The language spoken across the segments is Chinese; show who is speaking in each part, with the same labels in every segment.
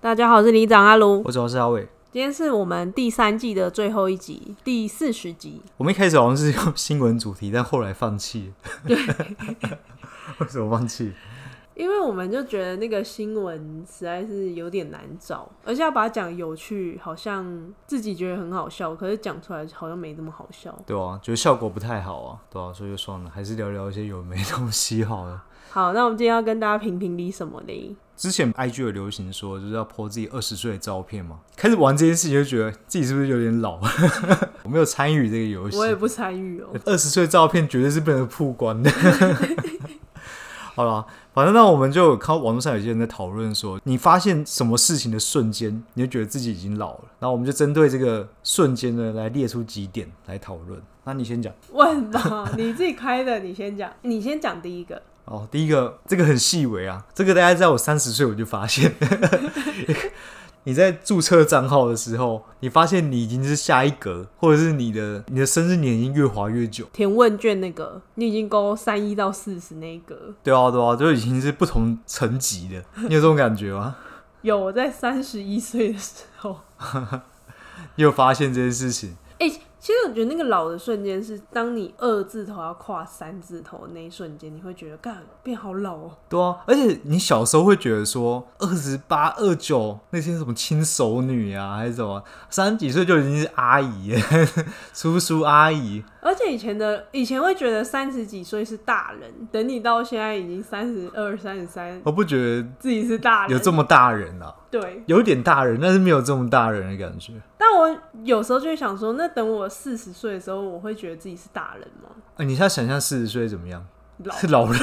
Speaker 1: 大家好，我是里长阿卢
Speaker 2: 我，主要是阿伟。
Speaker 1: 今天是我们第三季的最后一集，第四十集。
Speaker 2: 我们一开始好像是用 新闻主题，但后来放弃。对， 为什么放弃？
Speaker 1: 因为我们就觉得那个新闻实在是有点难找，而且要把它讲有趣，好像自己觉得很好笑，可是讲出来好像没那么好笑。
Speaker 2: 对啊，觉得效果不太好啊，对啊，所以就算了，还是聊聊一些有没东西好了。
Speaker 1: 好，那我们今天要跟大家评评理什么嘞？
Speaker 2: 之前 IG 有流行说，就是要 po 自己二十岁的照片嘛。开始玩这件事情，就觉得自己是不是有点老？ 我没有参与这个游戏，
Speaker 1: 我也不参与哦。
Speaker 2: 二十岁照片绝对是不能曝光的。 好了，反正那我们就有看到网络上有些人在讨论说，你发现什么事情的瞬间，你就觉得自己已经老了。然后我们就针对这个瞬间呢，来列出几点来讨论。那你先讲
Speaker 1: 问吧，你自己开的，哦你先讲，你先讲第一个。
Speaker 2: 哦。第一个，这个很细微啊， 这个大概在我三十岁我就发现， 你在注册账号的时候，你发现你已经是下一格，或者是你的你的生日年已经越滑越久。
Speaker 1: 填问卷那个，你已经勾三一到四十那一格，
Speaker 2: 对啊，对啊，就已经是不同层级 的，你有这种感觉吗？
Speaker 1: 有我在三十一岁的时候。
Speaker 2: 你有发现这件事情？
Speaker 1: 哎、其实我觉得那个老的瞬间是，当你二字头要跨三字头那一瞬间，你会觉得干变好老哦、
Speaker 2: 对啊，而且你小时候会觉得说二十八、二九那些什么亲熟女啊，还是什么，三十几岁就已经是阿姨、 叔叔、阿姨，
Speaker 1: 而且以前的以前会觉得三十几岁是大人，等你到现在已经三十二、三十三，
Speaker 2: 我不觉得
Speaker 1: 自己是大人。
Speaker 2: 有这么大人啊，
Speaker 1: 对，
Speaker 2: 有点大人，但是没有这么大人的感觉。
Speaker 1: 但我有时候就会想说，那等我四十岁的时候，我会觉得自己是大人吗？
Speaker 2: 啊，你现在想象四十岁怎么样？
Speaker 1: 老
Speaker 2: 是老人。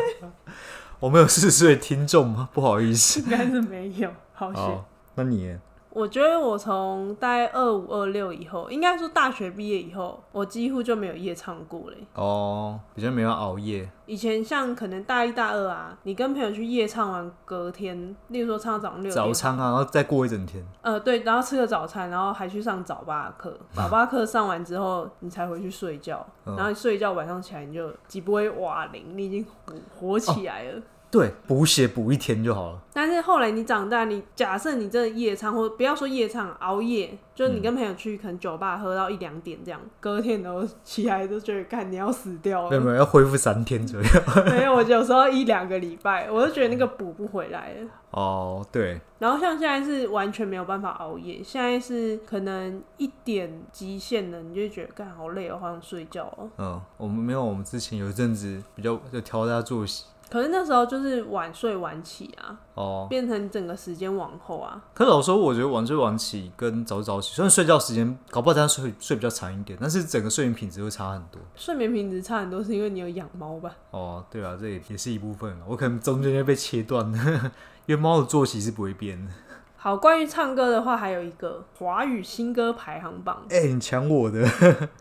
Speaker 2: 我们有四十岁的听众吗？不好意 思。
Speaker 1: 应该是没有，好险。
Speaker 2: 好，那你呢
Speaker 1: 我觉得我从大概二五二六以后，应该说大学毕业以后，我几乎就没有夜唱过嘞。
Speaker 2: 哦，比较没有熬夜，
Speaker 1: 以前像可能大一大二啊，你跟朋友去夜唱完，隔天，例如说唱到早上六
Speaker 2: 早
Speaker 1: 点，
Speaker 2: 餐啊，然后再过一整天。
Speaker 1: 呃，对，然后吃个早餐，然后还去上早八课，早八课上完之后，你才回去睡觉，
Speaker 2: 嗯
Speaker 1: 然后你睡一觉，晚上起来你就几不会哇铃，你已经活活起
Speaker 2: 哦
Speaker 1: 来了。
Speaker 2: 对，补血补一天就好了。
Speaker 1: 但是后来你长大，你假设你真的夜唱，或不要说夜唱，熬夜，就是
Speaker 2: 嗯
Speaker 1: 你跟朋友去可能酒吧喝到一两点这样，隔天都起来都觉得，干你要死掉
Speaker 2: 没有
Speaker 1: 了。
Speaker 2: 没有，要恢复三天左右。
Speaker 1: 没有，我有时候一两个礼拜，我就觉得那个补不回来了。
Speaker 2: 哦，对，
Speaker 1: 然后像现在是完全没有办法熬夜，现在是可能一点极限了，你就会觉得干好累哦，好想睡觉哦。
Speaker 2: 嗯，我们没有，我们之前有一阵子比较就调大家作息。
Speaker 1: 可是那时候就是晚睡晚起啊，
Speaker 2: 哦，
Speaker 1: 变成整个时间往后啊。
Speaker 2: 可老实说，我觉得晚睡晚起跟早睡早起，虽然睡觉时间搞不好大家睡睡比较长一点，但是整个睡眠品质会差很多。
Speaker 1: 睡眠品质差很多，是因为你有养猫吧？
Speaker 2: 哦，对啊，这也也是一部分啊。我可能中间就被切断了， 因为猫的作息是不会变的。
Speaker 1: 好，关于唱歌的话，还有一个华语新歌排行榜，
Speaker 2: 哎、你抢我的，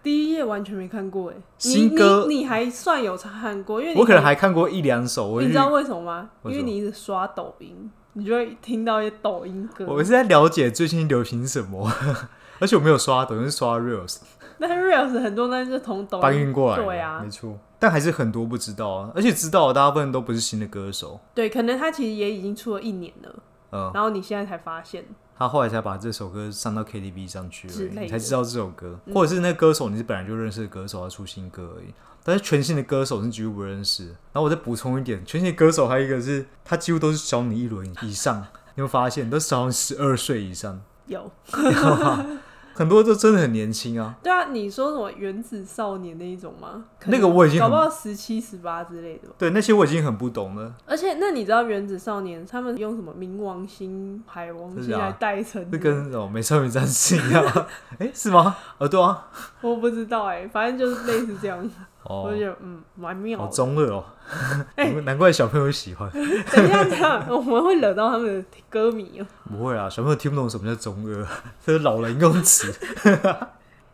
Speaker 1: 第一页完全没看过哎。你
Speaker 2: 新歌
Speaker 1: 你你还算有看过，因为你
Speaker 2: 我可能还看过一两首。我
Speaker 1: 你
Speaker 2: 去
Speaker 1: 知道为什么吗？因
Speaker 2: 为什
Speaker 1: 为
Speaker 2: 么
Speaker 1: 你一直刷抖音，你就会听到一些抖音歌。
Speaker 2: 我是在了解最近流行什么， 而且我没有刷，抖音是刷 reels。
Speaker 1: 但是 reels 很多那就是从抖
Speaker 2: 搬
Speaker 1: 音
Speaker 2: 运过来的，
Speaker 1: 哦对啊
Speaker 2: 没，错。但还是很多不知道啊，而且知道的大部分都不是新的歌手。
Speaker 1: 对，可能他其实也已经出了一年了，
Speaker 2: 嗯，
Speaker 1: 然后你现在才发现，
Speaker 2: 他后来才把这首歌上到 KTV 上去
Speaker 1: 之类
Speaker 2: 而已，
Speaker 1: 的嗯
Speaker 2: 你才知道这首歌，或者是那歌手你是本来就认识的歌手，他出新歌而已。但是全新的歌手你几乎不认识。然后我再补充一点，全新的歌手还有一个是，他几乎都是小你一轮以上， 你会发现都是小你十二岁以上，
Speaker 1: 有
Speaker 2: 很多都真的很年轻啊。
Speaker 1: 对啊，你说什么原子少年那一种吗？可能
Speaker 2: 那个我已经
Speaker 1: 搞
Speaker 2: 很
Speaker 1: 不好十七、十八之类的吧。
Speaker 2: 对那些我已经很不懂了。
Speaker 1: 而且，那你知道原子少年他们用什么冥王星、海王
Speaker 2: 是
Speaker 1: 星
Speaker 2: 啊
Speaker 1: 来代称？
Speaker 2: 这跟什么美少女战士一样？哎、是吗？哦，对啊，
Speaker 1: 欸我不知道哎、反正就是类似这样。
Speaker 2: 哦
Speaker 1: 我，就觉得嗯蛮妙
Speaker 2: 好
Speaker 1: 的。
Speaker 2: 中二哦，难怪小朋友喜欢。
Speaker 1: 等一下，等一下，我们会惹到他们的歌迷哦。
Speaker 2: 不会啊，小朋友听不懂什么叫中二，这是老人用词。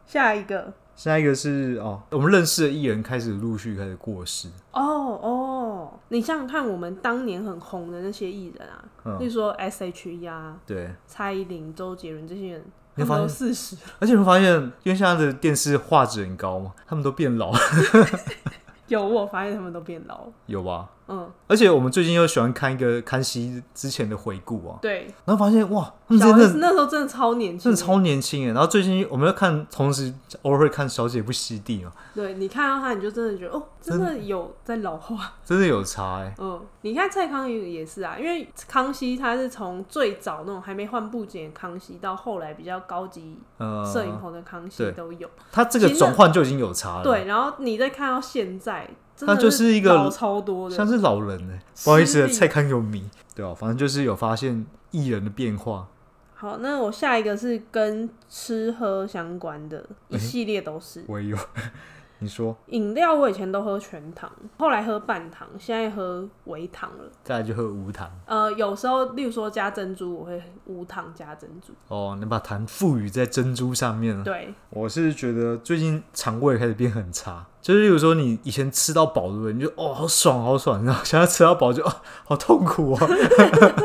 Speaker 1: 下一个，
Speaker 2: 下一个是哦，我们认识的艺人开始陆续开始过世，
Speaker 1: 哦哦，你想想看，我们当年很红的那些艺人啊，
Speaker 2: 嗯
Speaker 1: 例如说 S.H.E 啊、
Speaker 2: 对，
Speaker 1: 蔡依林、周杰伦这些人，
Speaker 2: 你
Speaker 1: 他
Speaker 2: 发
Speaker 1: 们都
Speaker 2: 现
Speaker 1: 四十，
Speaker 2: 而且你会发现，因为现在的电视画质很高嘛，他们都变老，
Speaker 1: 有我发现他们都变老。
Speaker 2: 有吧？
Speaker 1: 嗯，
Speaker 2: 而且我们最近又喜欢看一个康熙之前的回顾啊，
Speaker 1: 对，
Speaker 2: 然后发现哇，他们
Speaker 1: 小
Speaker 2: 真
Speaker 1: S
Speaker 2: 的
Speaker 1: 那时候真的超年轻
Speaker 2: 真的，超年轻耶。然后最近我们要看，同时偶尔会看《小姐不惜地》嘛，
Speaker 1: 对你看到他，你就真的觉得哦，真的有在老 化。
Speaker 2: 真的有差哎。
Speaker 1: 嗯，你看蔡康永也是啊，因为康熙他是从最早那种还没换布景的康熙，到后来比较高级摄影
Speaker 2: 呃，
Speaker 1: 棚的康熙
Speaker 2: 对
Speaker 1: 都有。
Speaker 2: 他这个
Speaker 1: 其实
Speaker 2: 转换就已经有差了，
Speaker 1: 对，，然后你再看到现在，真
Speaker 2: 他
Speaker 1: 的
Speaker 2: 就是一个
Speaker 1: 老超多的
Speaker 2: 像，是老人哎，不好意思，
Speaker 1: 失礼
Speaker 2: 蔡康永迷，对啊，反正就是有发现艺人的变化。
Speaker 1: 好，那我下一个是跟吃喝相关的，一系列都是
Speaker 2: 我也有， 你说，
Speaker 1: 饮料。我以前都喝全糖，后来喝半糖，现在喝微糖了。
Speaker 2: 再来就喝无糖
Speaker 1: 呃，有时候例如说加珍珠，我会无糖加珍珠。
Speaker 2: 哦，你把糖赋予在珍珠上面了。
Speaker 1: 对，
Speaker 2: 我是觉得最近肠胃开始变很差，就是例如说你以前吃到饱的人，你就哦好爽好爽，然后现在吃到饱就哦好痛苦哦，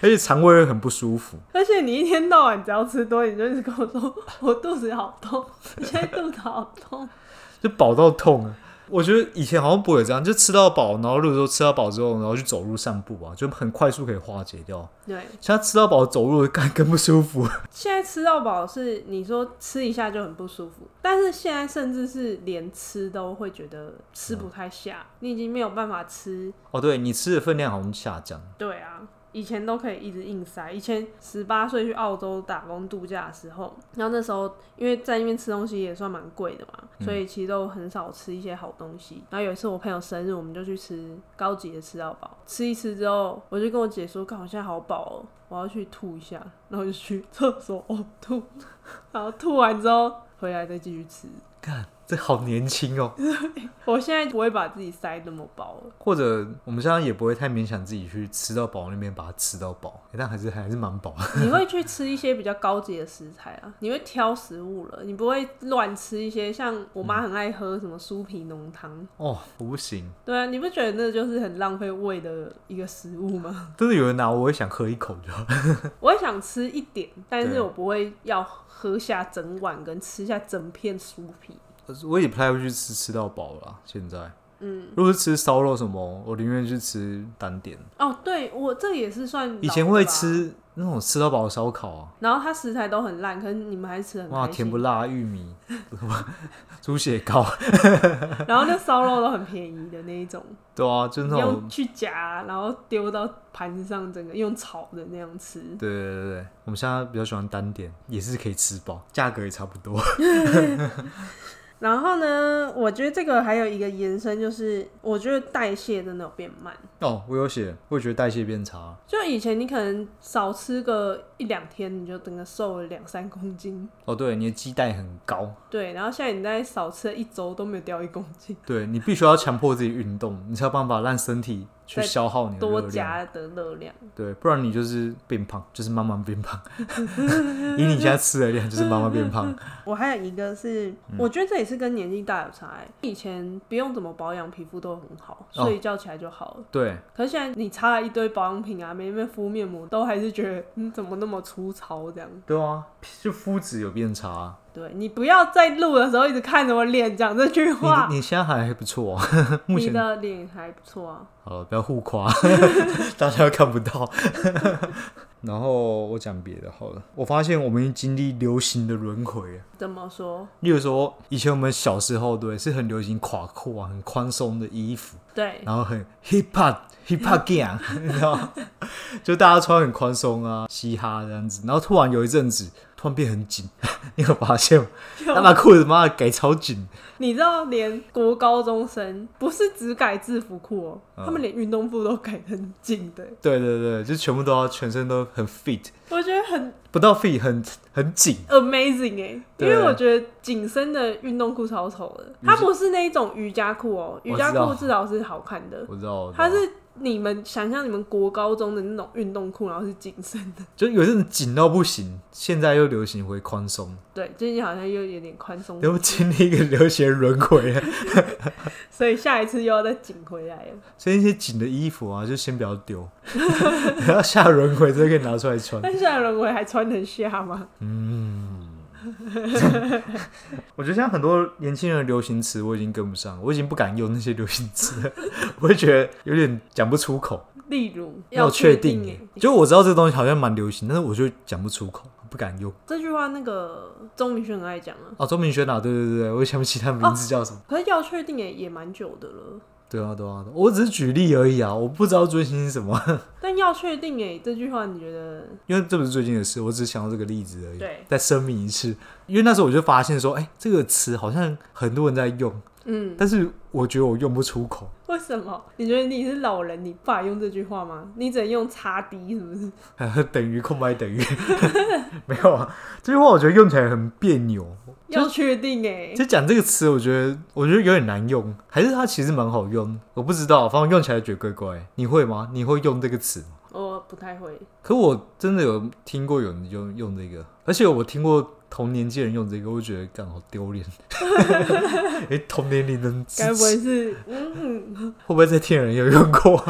Speaker 2: 而且肠胃会很不舒服。
Speaker 1: 而且你一天到晚只要吃多，你就一直跟我说 我肚子好痛， 我现在肚子好痛。
Speaker 2: 就饱到痛啊！我觉得以前好像不会这样，就吃到饱，然后如果说吃到饱之后，然后去走路散步啊，就很快速可以化解掉。
Speaker 1: 对，
Speaker 2: 现在吃到饱走路干更不舒服，
Speaker 1: 现在吃到饱是你说吃一下就很不舒服，但是现在甚至是连吃都会觉得吃不太下，你已经没有办法吃。
Speaker 2: 哦，对你吃的分量好像下降，
Speaker 1: 对啊，以前都可以一直硬塞。以前十八岁去澳洲打工度假的时候，然后那时候因为在那边吃东西也算蛮贵的嘛，所以其实都很少吃一些好东西。然后有一次我朋友生日，我们就去吃高级的吃到饱，吃一吃之后，我就跟我姐说：“看我现在好饱哦、我要去吐一下。”然后就去厕所呕吐， 然后吐完之后回来再继续吃。
Speaker 2: 看这好年轻哦。
Speaker 1: 我现在不会把自己塞那么饱了。
Speaker 2: 或者我们现在也不会太勉强自己去吃到饱那边把它吃到饱，欸但还是还是蛮饱的。
Speaker 1: 你会去吃一些比较高级的食材啊， 你会挑食物了，你不会乱吃一些像我妈很爱喝什么酥皮浓汤，
Speaker 2: 哦，我不行，
Speaker 1: 对啊，你不觉得那就是很浪费胃的一个食物吗？
Speaker 2: 真的有人拿我也想喝一口就好。
Speaker 1: 我也想吃一点，但是
Speaker 2: 对
Speaker 1: 我不会要喝下整碗跟吃下整片酥皮。
Speaker 2: 我也不太会去吃吃到饱啦，现在。嗯，如果是吃烧肉什么，我宁愿去吃单点。
Speaker 1: 哦，对我这也是算老的
Speaker 2: 以前会
Speaker 1: 吧，
Speaker 2: 吃那种吃到饱的烧烤啊，
Speaker 1: 然后它食材都很烂，可是你们还是吃得很
Speaker 2: 哇，
Speaker 1: 开
Speaker 2: 甜不
Speaker 1: 心，
Speaker 2: 辣、玉米、 猪血糕，
Speaker 1: 然后那烧肉都很便宜的那一种。
Speaker 2: 对啊，就 那种
Speaker 1: 用，去夹，然后丢到盘子上，整个用炒的那样吃。
Speaker 2: 对对对对，我们现在比较喜欢单点，也是可以吃饱，价格也差不多。
Speaker 1: 然后呢，我觉得这个还有一个延伸，就是我觉得代谢真的有变慢。
Speaker 2: 哦，我有写，我也觉得代谢变差，
Speaker 1: 就以前你可能少吃个一两天，你就整个瘦了两三公斤，
Speaker 2: 哦，对，你的基带很高，
Speaker 1: 对。然后现在你再少吃一周都没有掉一公斤，
Speaker 2: 对你必须要强迫自己运动，你才有办法让身体去
Speaker 1: 再
Speaker 2: 消耗你的
Speaker 1: 多
Speaker 2: 热量。嗯
Speaker 1: 加的热量。
Speaker 2: 对，不然你就是变胖，就是慢慢变胖。 以你现在吃的量，就是慢慢变胖。
Speaker 1: 我还有一个是，我觉得这也是跟年纪大有差、欸。以前不用怎么保养，皮肤都很好，
Speaker 2: 嗯哦
Speaker 1: 睡一觉起来就好了。
Speaker 2: 对，
Speaker 1: 可是现在你擦了一堆保养品啊，每面敷面膜，都还是觉得嗯你怎么那么粗糙这样？
Speaker 2: 对啊，就肤质有变差啊、
Speaker 1: 对你不要在录的时候一直看着我脸讲这句话
Speaker 2: 你。你现在还不错、啊，目
Speaker 1: 你
Speaker 2: 前
Speaker 1: 的脸还不错啊，
Speaker 2: 好了，不要互夸，大家又看不到。 然后我讲别的好了。我发现我们已经经历流行的轮回了。
Speaker 1: 怎么说？
Speaker 2: 例如说，以前我们小时候对是很流行垮裤啊，很宽松的衣服，
Speaker 1: 对，
Speaker 2: 然后很 hip hop hip hop gang，你知道吗？就大家穿很宽松啊，嘻哈这样子。然后突然有一阵子，突突然变很紧， 你有发现吗？他把裤子妈的改超紧，
Speaker 1: 你知道，连国高中生不是只改制服裤哦、
Speaker 2: 嗯
Speaker 1: 他们连运动裤都改很紧的，
Speaker 2: 对对对，就全部都要全身都很 fit，
Speaker 1: 我觉得很
Speaker 2: 不到 fit 很很紧，
Speaker 1: amazing 哎、因
Speaker 2: 对
Speaker 1: 为我觉得紧身的运动裤超丑的，它不是那一种瑜伽裤哦、瑜伽
Speaker 2: 我
Speaker 1: 裤
Speaker 2: 知道
Speaker 1: 至少是好看的，
Speaker 2: 我知道，我知道
Speaker 1: 它是你们想象你们国高中的那种运动裤，然后是紧身的，
Speaker 2: 就有一阵紧到不行，现在又流行回宽松，
Speaker 1: 对，最近好像又有点宽松，
Speaker 2: 又经历一个流行轮回了，
Speaker 1: 所以下一次又要再紧回来 了。
Speaker 2: 所以那些紧的衣服啊，就先不要 丢，等到下轮回再可以拿出来穿。
Speaker 1: 但现在轮回还穿得下吗？
Speaker 2: 我觉得现在很多年轻人的流行词我已经跟不上，我已经不敢用那些流行词 了，我会觉得有点讲不出口。
Speaker 1: 例如
Speaker 2: 要
Speaker 1: 确
Speaker 2: 确定欸耶
Speaker 1: 哎，
Speaker 2: 就我知道这东西好像蛮流行，但是我就讲不出口，不敢用。
Speaker 1: 这句话那个钟明轩很爱讲啊。
Speaker 2: 哦，周明轩啊，对对对，我也想不起他名字叫什么。
Speaker 1: 可是要确定也也蛮久的了，
Speaker 2: 对啊对啊，对啊我只是举例而已啊，我不知道追星是什么，
Speaker 1: 但要确定哎这句话你觉得
Speaker 2: 因为这不是最近的事，我只是想到这个例子而已。
Speaker 1: 对
Speaker 2: 再声明一次，因为那时候我就发现说，哎、这个词好像很多人在用，
Speaker 1: 嗯？
Speaker 2: 但是我觉得我用不出口。
Speaker 1: 为什么？你觉得你是老人，你不法用这句话吗？你只能用擦低是不是？
Speaker 2: 等于空白等于 没有啊，这句话我觉得用起来很别扭。
Speaker 1: 要确定哎、
Speaker 2: 就讲这个词，我觉得我觉得有点难用，还是它其实蛮好用，我不知道，反正用起来觉得怪怪。你会吗？你会用这个词吗？
Speaker 1: 我哦不太会。
Speaker 2: 可我真的有听过有人用用这个，而且我听过同年纪人用这个，我觉得干好丢脸。哎、同年龄人
Speaker 1: 该不
Speaker 2: 会
Speaker 1: 会是嗯嗯
Speaker 2: 不会在听的人有用过？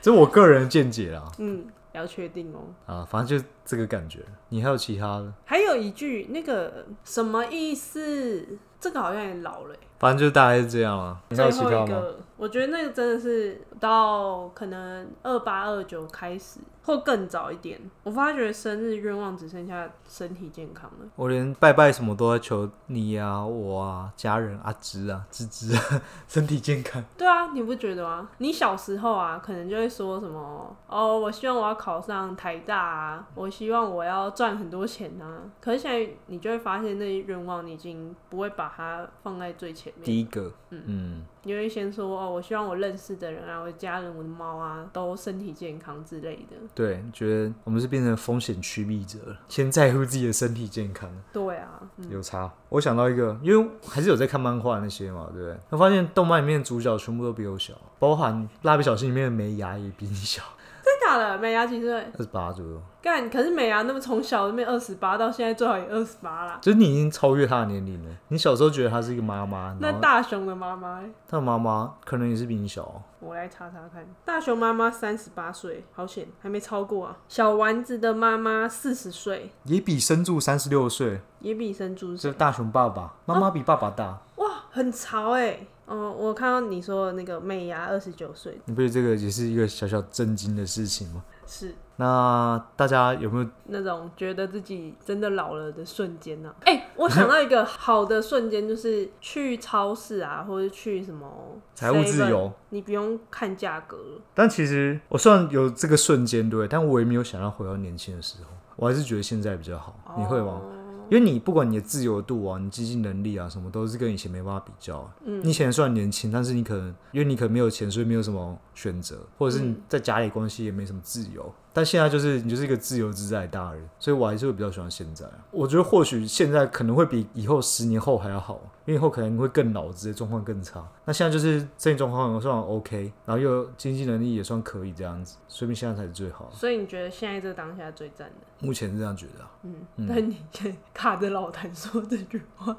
Speaker 2: 这我个人的见解啦，
Speaker 1: 嗯，要确定哦。
Speaker 2: 啊，反正就这个感觉。你还有其他的？
Speaker 1: 还有一句那个什么意思？这个好像也老了欸、
Speaker 2: 反正就大概是这样啊。你还有
Speaker 1: 最
Speaker 2: 其
Speaker 1: 后
Speaker 2: 他
Speaker 1: 一
Speaker 2: 吗？
Speaker 1: 个，我觉得那个真的是到可能二八二九开始，或更早一点，我发觉生日愿望只剩下身体健康了。
Speaker 2: 我连拜拜什么都在求你啊、我啊、家人啊、芝啊、芝芝啊，身体健康。
Speaker 1: 对啊，你不觉得吗？你小时候啊，可能就会说什么哦，我希望我要考上台大啊，我希望我要赚很多钱啊。可是现在你就会发现，那些愿望你已经不会把它放在最前面，
Speaker 2: 第一个，嗯，
Speaker 1: 你会先说哦，我希望我认识的人啊，我的家人、我的猫啊，都身体健康之类的。
Speaker 2: 对，觉得我们是变成风险趋避者了，先在乎自己的身体健康，
Speaker 1: 对啊，嗯
Speaker 2: 有差。我想到一个，因为还是有在看漫画那些嘛，对不对？我发现动漫里面的主角全部都比我小，包含蜡笔小新里面的美伢也比你小，
Speaker 1: 真假的？美牙几岁？
Speaker 2: 二十八左右，
Speaker 1: 干，可是美牙那么从小那边二十八，到现在最好也二十八啦。
Speaker 2: 就是你已经超越他的年龄了。你小时候觉得他是一个妈妈，
Speaker 1: 那
Speaker 2: 然后
Speaker 1: 大雄的妈妈欸，
Speaker 2: 他的妈妈可能也是比你小、哦。
Speaker 1: 我来查查看，大雄妈妈三十八岁，好险还没超过啊。小丸子的妈妈四十岁，
Speaker 2: 也比深助三十六岁，
Speaker 1: 也比神猪
Speaker 2: 是
Speaker 1: 是
Speaker 2: 大雄爸爸，妈妈比爸爸大。
Speaker 1: 哇，很潮哎、哦，我看到你说的那个美牙二十九岁，
Speaker 2: 你不觉得这个也是一个小小震惊的事情吗？
Speaker 1: 是
Speaker 2: 那大家有没有？
Speaker 1: 那种觉得自己真的老了的瞬间呢、 啊？哎、我想到一个好的瞬间，就是去超市啊，或者去什么
Speaker 2: 财务自由
Speaker 1: 7-Eleven，你不用看价格了。
Speaker 2: 但其实我虽然有这个瞬间，对不对，但我也没有想要回到年轻的时候，我还是觉得现在比较好。你会吗？因为你不管你的自由度啊，你经济能力啊，什么都是跟以前没办法比较。嗯，你以前虽然年轻，但是你可能因为你可能没有钱，所以没有什么选择，或者是你在家里关系也没什么自由。但现在就是你就是一个自由自在的大人，所以我还是会比较喜欢现在啊。我觉得或许现在可能会比以后十年后还要好，因为以后可能会更老，直接状况更差。那现在就是身体状况算 OK，然后又经济能力也算可以这样子，说明现在才是最好。
Speaker 1: 所以你觉得现在这个当下最赞的？
Speaker 2: 目前是这样觉得、啊。
Speaker 1: 嗯，但你现在卡着老谭说这句话。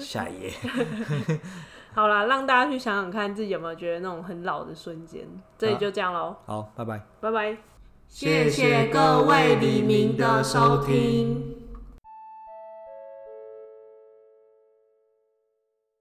Speaker 2: 下一页。
Speaker 1: 好啦，让大家去想想看自己有没有觉得那种很老的瞬间。这
Speaker 2: 啊
Speaker 1: 里就这样喽，
Speaker 2: 好，拜拜。
Speaker 1: 拜拜。
Speaker 2: 谢谢各位黎明的收听。